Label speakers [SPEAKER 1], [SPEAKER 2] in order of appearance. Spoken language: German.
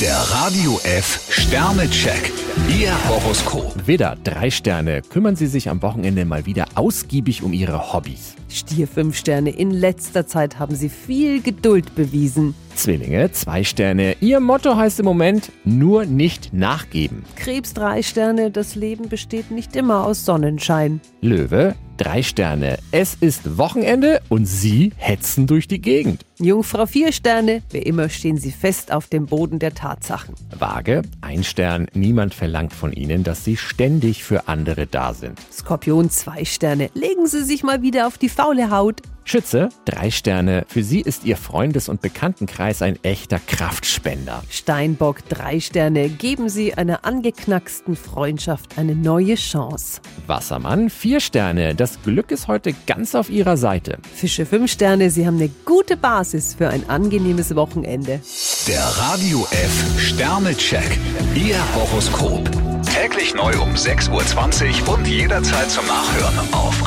[SPEAKER 1] Der Radio F Sternecheck. Ihr Horoskop.
[SPEAKER 2] Widder, drei Sterne. Kümmern Sie sich am Wochenende mal wieder ausgiebig um Ihre Hobbys.
[SPEAKER 3] Stier 5 Sterne, in letzter Zeit haben Sie viel Geduld bewiesen.
[SPEAKER 2] Zwillinge, zwei Sterne. Ihr Motto heißt im Moment nur nicht nachgeben.
[SPEAKER 3] Krebs 3 Sterne, das Leben besteht nicht immer aus Sonnenschein.
[SPEAKER 2] Löwe, drei Sterne. Es ist Wochenende und Sie hetzen durch die Gegend.
[SPEAKER 3] Jungfrau 4 Sterne, wie immer stehen Sie fest auf dem Boden der Tatsachen.
[SPEAKER 2] Waage, ein Stern. Niemand verlangt von Ihnen, dass Sie ständig für andere da sind.
[SPEAKER 3] Skorpion 2 Sterne, legen Sie sich mal wieder auf die faule Haut.
[SPEAKER 2] Schütze, drei Sterne. Für Sie ist Ihr Freundes- und Bekanntenkreis ein echter Kraftspender.
[SPEAKER 3] Steinbock 3 Sterne, geben Sie einer angeknacksten Freundschaft eine neue Chance.
[SPEAKER 2] Wassermann, vier Sterne. Das Glück ist heute ganz auf Ihrer Seite.
[SPEAKER 3] Fische 5 Sterne, Sie haben eine gute Basis für ein angenehmes Wochenende.
[SPEAKER 1] Der Radio F Sternecheck. Ihr Horoskop. Täglich neu um 6.20 Uhr und jederzeit zum Nachhören auf